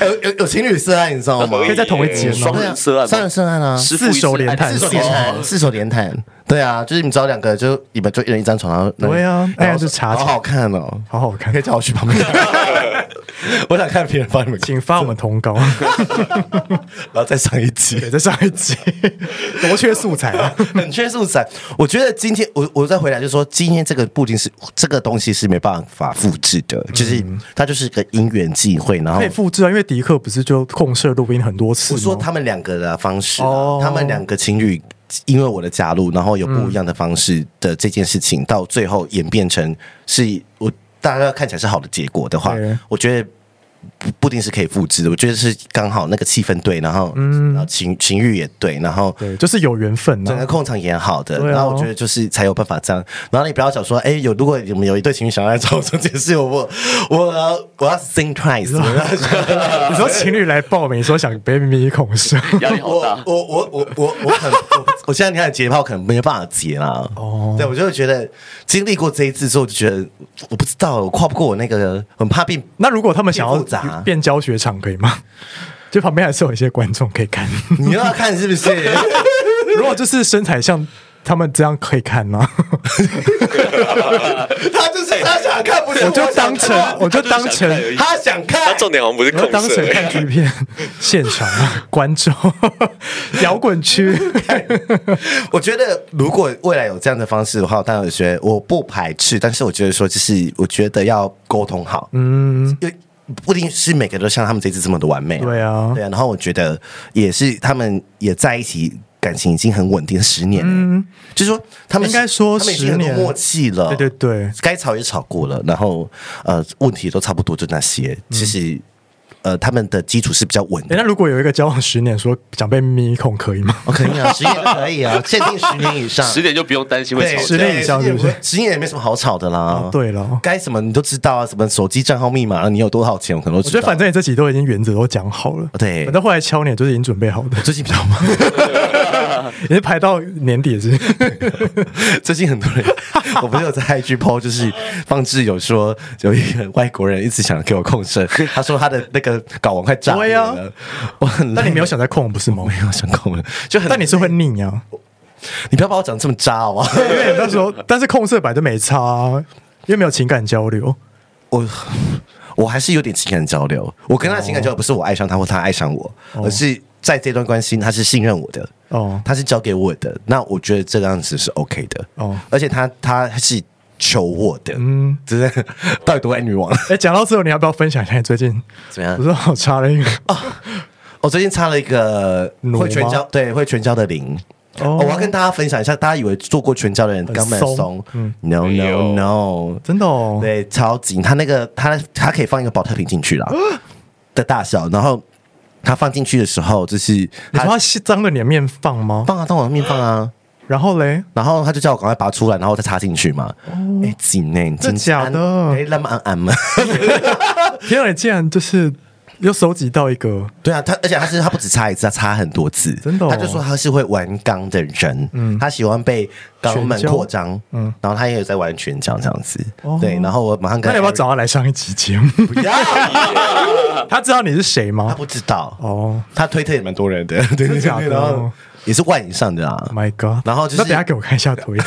有有有情侣色案，你知道吗？可以在同一集双吗？人色案嘛，三人涉案啊，师傅一次四手连弹哎四连手联哦弹，四手联弹，对啊，就是你们找两个，就你们就一人一张床，然后对啊哎然后呀这查好好看哦， 好好看可以，叫我去旁边，我想看别人帮你 们看，请发我们通稿，然后再上一集对，，在上一集，多缺素材啊！很缺素材。我觉得今天我我再回来就说，今天这个不仅是这个东西是没办法复制的，就是嗯它就是个因缘际会，然后可以复制啊，因为迪克不是就控射录音很多次哦我吗？说他们两个的方式啊、哦他们两个情侣因为我的加入，然后有不一样的方式的这件事情，到最后演变成是我大家看起来是好的结果的话对，我觉得。不不一定是可以复制的，我觉得是刚好那个气氛对，然后、然后情情欲也对，然后嗯对，就是有缘分整个啊。控场也好的，对啊然后我觉得就是才有办法这样。然后你不要想说，哎、有如果你们有一对情侣想要来找我做这件事，我我要我要 think twice，我要你说情侣来报名说想被咪咪控 射，压力好大。我我我我我很我我现在你看捷炮可能没有办法接啦。哦哦，对，我就会觉得经历过这一次之后，就觉得我不知道，我跨不过我那个，很怕变。那如果他们想变复杂要啊变教学场可以吗？就旁边还是有一些观众可以 看。你又要看是不是？如果就是身材像他们这样可以看吗？ 他就是他想看，不是我就想当成看我就当成他想他看。重点好像不是我就控当色、成欸看剧片现场啊观 众摇滚区， 我觉得如果未来有这样的方式的话，当然我觉得我不排斥，但是我觉得说，就是我觉得要沟通好，嗯，因为不一定是每个都像他们这次这么的完美、对啊对啊。然后我觉得也是他们也在一起感情已经很稳定，十年、嗯，就是说他们应该说他们已经很10多年默契了，对对对，该吵也吵过了，然后呃问题都差不多就那些，其实、呃他们的基础是比较稳诶的。那如果有一个交往十年说想被咪控可以吗？哦， 可以啊，十年就可 以啊，限定十年以上，十点就不用担心嗯会对吵十架。年以上对是不是十年也没什么好吵的啦哦。对了该什么你都知道啊，什么手机账号密码，你有多少钱，我可能都我知觉道。得反正你这集都已经原则都讲好了，哦对反正后来敲你就是已经准备好的，最近比较 忙， 你是排到年底也 是，最近很多人， 我朋友在 IG PO，就是方志有说有一个外国人一直想给我控 身，他说他的那个睾丸快炸裂对了，我很累，但你没有想再控不是吗？没有想控了，就很，但你是会腻啊，你不要把我讲得这么渣哦好不好？因为你那时候， 但是控色摆就没差啊，因为没有情感交流。 我我还是有点情感交流，我跟他情感交流不是我爱上他或他爱上我，而是在这段关系他是信任我的，哦他是交给我的，那我觉得这个样子是 OK 的，哦而且他他是求我的，嗯，就是到底多爱女王？哎，讲到这个，你要不要分享一下你最近怎么样不是好差了 一个我哦最近插了一个弩会全吗交，对，会全交的零。哦哦，我要跟大家分享一下，大家以为做过全交的人肛门松松嗯，no 没 no 有 no，真的哦，对，超紧。它那个它它可以放一个保特瓶 进去啦的大小，然后它放进去的时候，就是你说它他是当着你的面放吗？放啊，当我的面放啊，然后嘞，然后他就叫我赶快拔出来，然后再插进去嘛。哎，紧呢，紧哦真假的哎，那么安安嘛。天啊，你竟然就是又收集到一个 对啊，他而且他是他不止插一次，他插很多次，真的哦他就说他是会玩肛的人，嗯，他喜欢被肛门扩张，嗯，然后他也有在玩拳脚这样子，对，然后我马上跟哦那你要不要找他来上一集节 目？不要？他知道你是谁 他吗？不知道，哦他推特也蛮多 人的，对对假对，的然后也是万以上的啊。 ，My God！然后就是那等一下给我看一下图一下。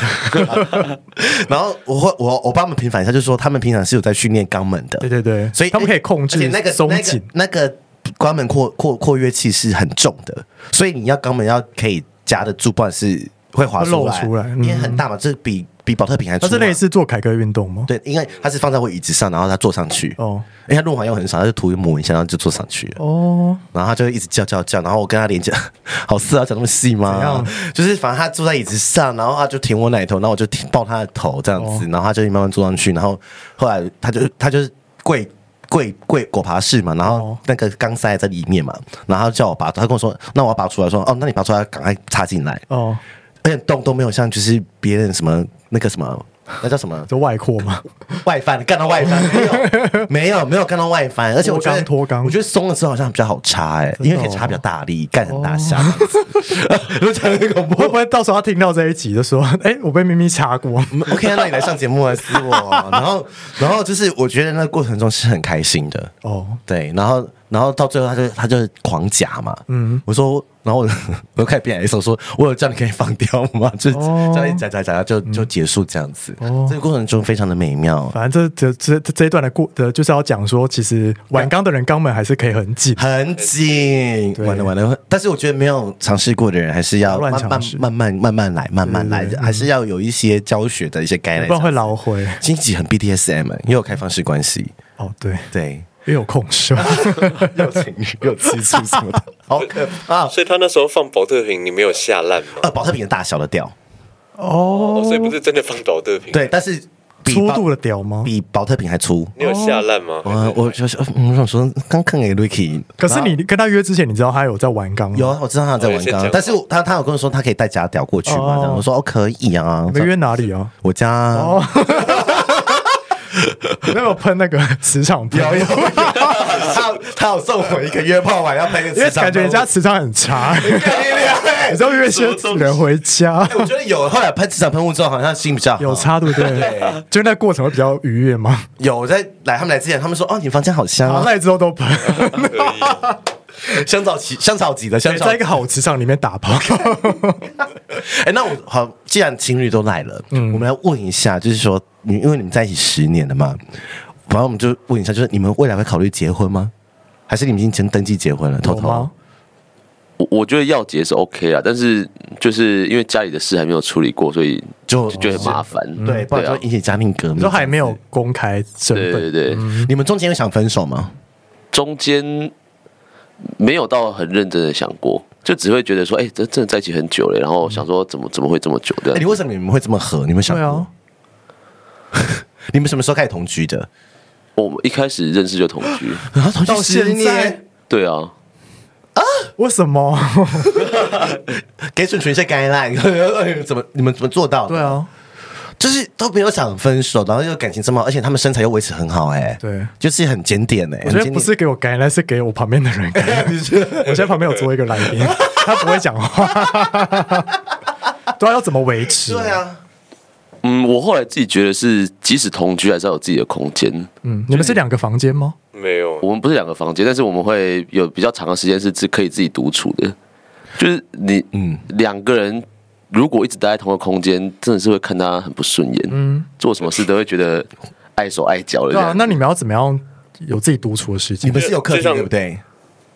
然后我会我我帮他们平反一下，就说他们平常是有在训练肛门的，对对对，所以他们可以控制而且那个松紧。那个、那个关门扩扩扩约器是很重的，所以你要肛门要可以夹得住，不然是会滑出来，会露出来嗯因为很大嘛，这比比保特瓶还粗它嘛。是类似做凯歌运动吗？对，因为它是放在我椅子上，然后它坐上去。哦因为它润滑油很少，它就涂抹一下，然后就坐上去了。哦，然后他就会一直叫叫叫，然后我跟他连讲， 好色啊，讲那么细怎吗样？就是反正他坐在椅子上，然后他就舔我奶头，然后我就舔抱他的头这样子，哦然后他就慢慢坐上去，然后后来他就他就是跪。跪跪果爬式嘛，然后哦那个钢塞在里面嘛，然后他叫我拔，他跟我说，那我要拔出来，说哦，那你拔出来，赶快插进来，哦，而且洞都没有像就是别人什么那个什么，那叫什么这外扩吗？外翻，干到外 翻，没有，没有，没有干到外翻，而且我觉得脱肛脱肛哦我觉得松了之后好像比较好插哎、因为可以插比较大力，干很大下。我讲的很恐会怖 不。会到时候他听到这一集就说：“ 哎，我被咪咪查过。 OK，那你啊来上节目来撕我，啊然后， 然后就是我觉得那个过程中是很开心的”，哦，对，然后，然后到最后他就他就狂夹嘛，嗯，我说，然后我 我就开始变 S，我说我有叫你可以放掉吗？就哦这样一夹夹夹就就结束这样子，这个过程中非常的美妙，反正这这这这一段的过的就是要讲说，其实玩钢的人肛门还是可以很 紧。很紧，对完了完了。但是我觉得没有尝试过的人，还是要不要慢乱慢尝试慢慢慢慢来，慢慢来对对，对还是要有一些教学的一些概念。不然会老回星期很 BDSM，也有开放式关系，哦，对， 对，也有控射，有情侣，有吃醋什 么的，好可怕。所以他那时候放保特瓶，你没有下烂吗？呃，保特瓶的大小的掉，哦，所以不是真的放保特瓶，对，但是比粗保度的屌吗？比保特瓶还粗。你有下烂吗？我我就是，嗯我想说，刚看给 Ricky，可是你跟他约之前，你知道他有在玩钢吗？有啊，我知道他在哦玩有些讲刚，法但是我他他有跟我说他可以带假屌过去哦嘛，这样我说哦可以啊，你们约哪里啊？我家啊 哦， 那有喷那个磁场喷，有有有，他他有送我一个约炮晚要拍一个因为磁场，感觉人家磁场很差，你知道约一些人回家啊我觉得有，后来拍磁场喷雾之后，好像心比较好有差，对不对？就那过程会比较愉悦吗？有在来他们来之前，他们说哦，你房间好香好，啊，那你之后都喷，可以，香草级香草级的香你草在一。个好磁场里面打炮， 哎，那我好，既然情侣都来了，嗯我们来问一下，就是说，你因为你们在一起十年了嘛，然后我们就问一下，就是你们未来会考虑结婚吗？还是你们已经先登记结婚了？偷有偷吗？我我觉得要结是 OK 啊，但是就是因为家里的事还没有处理过，所以就嗯就很麻烦。对，不对然就啊会，引起家庭革命。 你说还没有，公开身对对嗯份，对，你们中间有想分手吗？中间没有到很认真的想过，就只会觉得说，哎、这真的在一起很久了，然后想说怎么怎么会这么久嗯这哎样你。为什么你们会这么合？你们想对过啊？，你们什么时候开始同居的？我们一开始认识就同居，啊，同到居十现在年，对啊，为什么？给准纯粹该烂， 哎怎么你们怎么做到的？对啊，就是都没有想分手，然后又感情这么好，而且他们身材又维持很好、哎，对就是很检点哎、我很觉得检不点是给我改，那是给我旁边的人 改。我现在旁边有坐一个来宾，他不会讲话， 对啊，要怎么维持？对，啊，嗯，我后来自己觉得是，即使同居还是要有自己的空间。嗯，你们是两个房间吗？没有我们不是两个房间，但是我们会有比较长的时间是自可以自己独处的。就是你，嗯，两个人如果一直待在同一个空间，真的是会看他很不顺眼，嗯，做什么事都会觉得碍手碍脚的这对啊样。，那你们要怎么样有自己独处的时你间？们是有客厅就像对不对？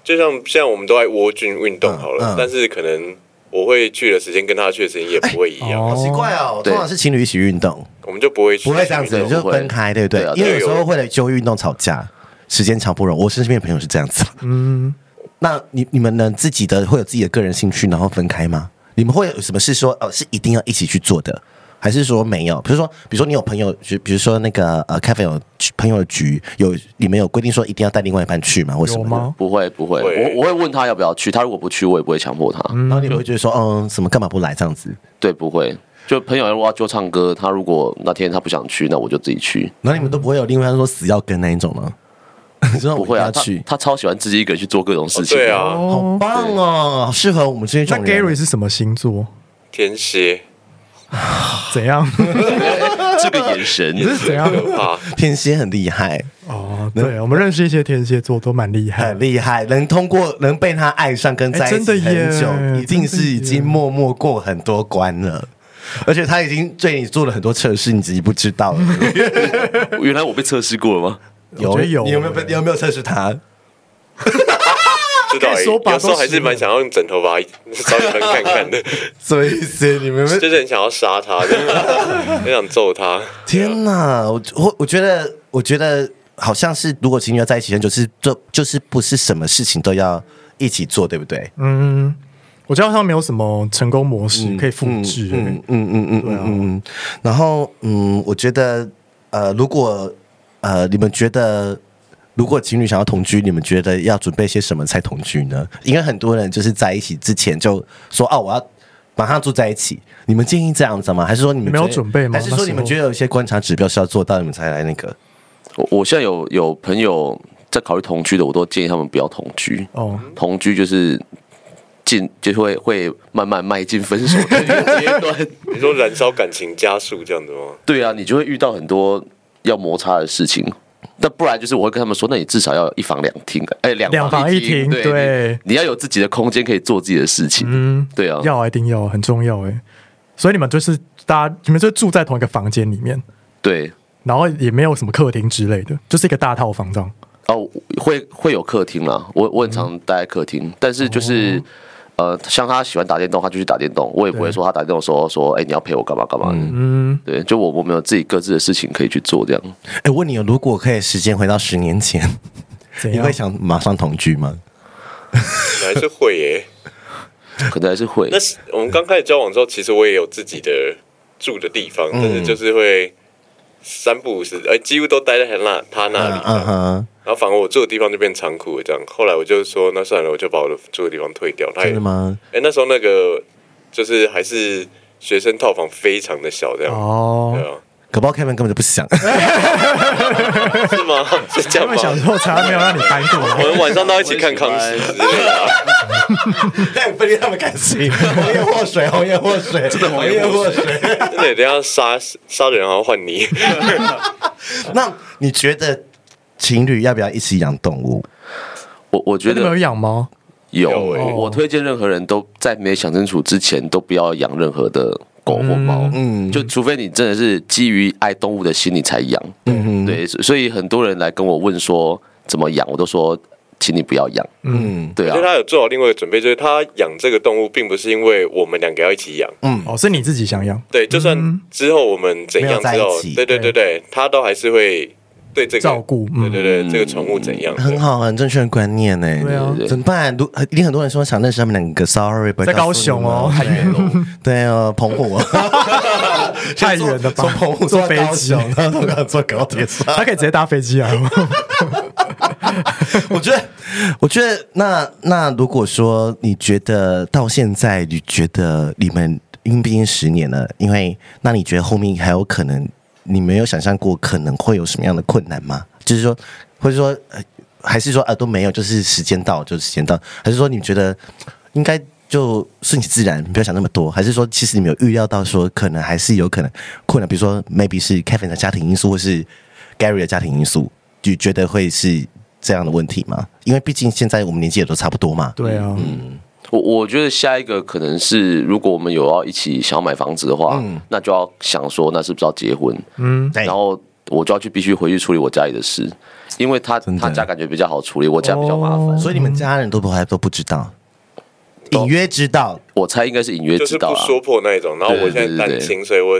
就像现在我们都在窝菌运动好嗯了，嗯但是可能我会去的时间跟他去的时间也不会一样，哦好奇怪哦，对通常是情侣一起运动，我们就不会去不会这样子，运动就分开，对不对对啊？因为有对时候会来就运动吵架，时间长不容。我身边的朋友是这样子，嗯，那你你们呢？自己的会有自己的个人兴趣，然后分开吗？你们会有什么事说哦，是一定要一起去做的？还是说没有？比如说，比如说你有朋友，就比如说那个呃，咖啡有朋友的局有，你们有规定说一定要带另外一半去吗？或什有么的？吗？不会不会，会我我会问他要不要去，他如果不去，我也不会强迫他。嗯然后你们会觉得说，嗯，什么干嘛不来这样子？对，不会。就朋友如果要就唱歌，他如果那天他不想去，那我就自己去。然后你们都不会有另外一半说死要跟那一种吗？你说不我会啊，要他去，他超喜欢自己一个人去做各种事哦情。对，啊，好哦，棒哦，好适合我们这那种人。 Gary 是什么星座？天蝎怎 样？这个眼神你是怎样？可怕，天蝎很厉害，哦，对，我们认识一些天蝎座都蛮厉害很。厉害，能通过能被他爱上跟在一哎真的起耶很久，一定真是的耶已经默默过很多关了。而且他已经对你做了很多测试，你自己不知道了。原来我被测试过了吗？ 我觉得有你有没有被？你有没有测试他？知道可而以已说吧有时候还都是是蛮想要用枕头把他稍微分看 看的，什么意思？你们有没有就是很想要杀他，这样 很想揍他。天哪！我我我觉得，我觉得好像是，如果情侣要在一起很久，是做就是不是什么事情都要一起做，对不对？嗯，我知道他没有什么成功模式可以复制。嗯嗯嗯嗯嗯嗯。然后嗯，我觉得呃，如果呃，你们觉得如果情侣想要同居，你们觉得要准备些什么才同居呢？因为很多人就是在一起之前就说哦，我要。马上住在一起，你们建议这样子吗？还是说你们你们有觉得准备吗还是说你那时们候觉得有一些观察指标是要做到，你们才来那个？我我现在有有朋友在考虑同居的，我都建议他们不要同居。哦，同居就是进就会会慢慢迈进分手的一个阶 段。你说燃烧感情加速这样子吗？对啊，你就会遇到很多要摩擦的事情。那不然就是我会跟他们说，那你至少要有一房两厅，哎，两两房房一厅，厅对对你，你要有自己的空间可以做自己的事情。嗯，对啊，要啊一定要，很重要哎。所以你们就是大家，你们就住在同一个房间里面，对然后也没有什么客厅之类的，就是一个大套房这样。哦，会会有客厅啦，我我很常待在客厅，但是就是。呃，像他喜欢打电动，他就去打电动，我也不会说他打电动的时候说，哎、你要陪我干嘛干嘛的。嗯，对，就我我们有自己各自的事情可以去做，这样。哎、我问你哦，如果可以时间回到十年前，怎你样会？想马上同居吗？你还是会耶。可能还是会那，是我们刚开始交往之后，其实我也有自己的住的嗯地方，但是就是会三不五时，哎、几乎都待在他那他那里。嗯哼，然后反而我住的地方就变仓库了，这样。后来我就说，那算了，我就把我的住的地方退掉。他真也的，吗？哎、那时候那个就是还是学生套房，非常的小，这样。对呃哦，啊，搞不好 Kevin 根本就不想，是吗？是这因样为小时吗？候才没有让你搬过我来。们晚上都要一起看康熙之类的啊。但分裂他们感情，红颜祸水，红颜祸水，真的红颜祸水。真的，等一下杀杀人好像换你。 那你觉得情侣要不要一起养动物？我我觉那你们有得养猫？有，有欸我我推荐任何人都在没想清楚之前，都不要养任何的狗或猫，嗯，就除非你真的是基于爱动物的心你才养，嗯对，所所以很多人来跟我问说怎么养，我都说，请你不要养，嗯，对啊所以，他有做好另外一个准备，就是他养这个动物，并不是因为我们两个要一起养。哦，是你自己想养。对，就算之后我们怎样没有在之后一起，对对对对，他都还是会对这个照顾嗯对对对，这个宠物怎样？很好，很正确的观念呢。对啊怎么办？如一定很多人说想认识他们两个，sorry，不在高雄哦太远了。对哦，澎湖， 太远了吧从澎湖坐坐飞飞机机，然后 坐高铁上。 他可以直接搭飞机啊来。 我觉得，我觉得那那如果说你觉得到现在，你觉得你们因为毕竟十年了，因为那你觉得后面还有可能，你没有想象过可能会有什么样的困难吗？就是说，或者说，呃还是说啊都没有，就是时间到就是时间到，还是说你觉得应该？就顺其自然，不要想那么多。还是说，其实你们有预料到说，可能还是有可能困难，比如说 maybe 是 Kevin 的家庭因素，或是 Gary 的家庭因素，就觉得会是这样的问题吗？因为毕竟现在我们年纪也都差不多嘛。对啊，我我觉得下一个可能是，如果我们有要一起想要买房子的话，那就要想说，那是不是要结婚？嗯，对然后我就要去必须回去处理我家里的事，因为他的哦他家感觉比较好处理，我家比较麻烦。所以你们家人都不还都不知道，隐约知道。我猜应该是隐约就是知道不啦。说破那一种。然后我现在单亲，所以我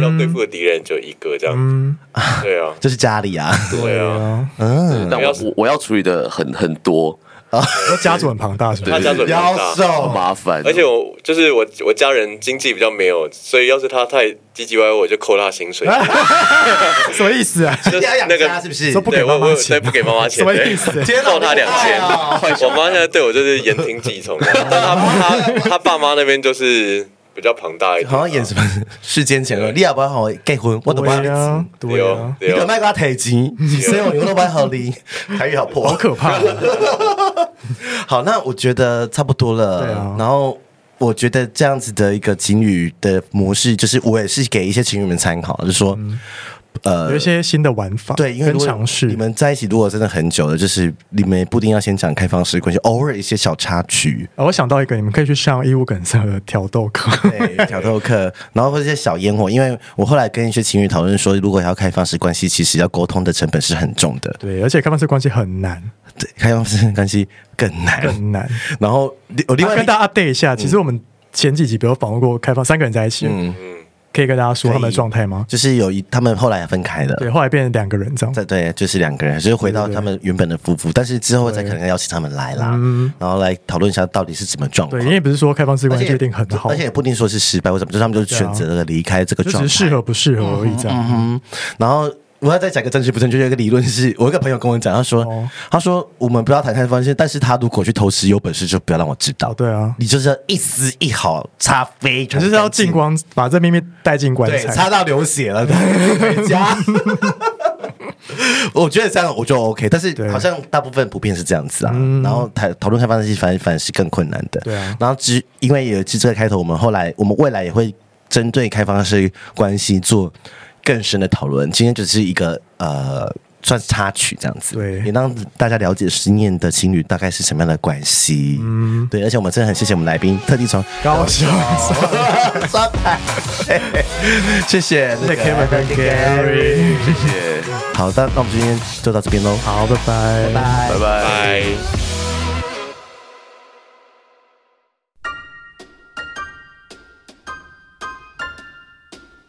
要对付的敌人就一个这样。嗯， 对啊，这是家里啊，对对啊，啊，对但我我我要处理的很很多，那家族很庞大，是吧他？家准很大。好手麻烦。而且我就是我，我家人经济比较没有，所以要是他太唧唧歪歪，我就扣他薪水。什么意思啊？ 就是要养那个家是不是说？不给对妈我，我妈有钱在啊，不给妈妈什钱，么对意思？扣他两千。我妈现在对我就是言听计从， 但她她她爸妈那边就是比较庞大一点，好像演什么世间钱了，你也不要好我结婚，我都不要对啊，对对啊哦，你对可哦，卖给他提钱，所以我牛肉不好 离，台语好破，好可怕啊。 好，那我觉得差不多了。对啊然后我觉得这样子的一个情侣的模式，就是我也是给一些情侣们参考，就是说，呃嗯有一，些新的玩法，对，因为跟如果尝试你们在一起，如果真的很久了，就是你们不一定要先讲开放式关系，偶尔一些小插 曲。啊我想到一个，你们可以去上义务梗塞的挑逗课。对，挑逗课，然后或者一些小烟火，因为我后来跟一些情侣讨论说，如果要开放式关系，其实要沟通的成本是很重的，对，而且开放式关系很难，对，开放式关系更难。更难。 然后我另另外外一跟个大家 update 一下，其实我们前几集比如访问过开放三个人在一起，嗯可以跟大家说他们的状态吗？就是有一他们后来分开了，对，后来变成两个人这样。对对，就是两个人，就是回到他们原本的夫妇，但是之后才可能邀请他们来啦，然后来讨论一下到底是怎么状况嗯对，因。为不是说开放式而关系且一定很好啊而，且也不一定说是失败或什么，就是他们就选择了离开这个就状只是态。适合不适合而已这样。嗯，然后我要再讲一个正确不正确，就有一个理论是，我有一个朋友跟我讲，他说、哦他说我们不要谈开放式，但是他如果去偷吃有本事，就不要让我知道。哦，对啊，你就是要一丝一毫擦非常可干净，是要进光，把这秘密带进棺对，材擦。到流血了，回家。 我觉得这样我就 OK，但是对好像大部分普遍是这样子啊。然后讨讨论开放式反而反而是更困难的。对啊然后只因为有这个开头，我们后来我们未来也会针对开放式关系做更深的讨论。今天只是一个呃。算是插曲这样子，对也让大家了解十年的情侣大概是什么样的关系。嗯，对，而且我们真的很谢谢我们来宾，特地从高雄，刷牌， 谢谢谢那个谢 Kevin 跟 Gary，好的，那我们今天就到这边喽。好，拜拜，拜拜。拜拜。拜。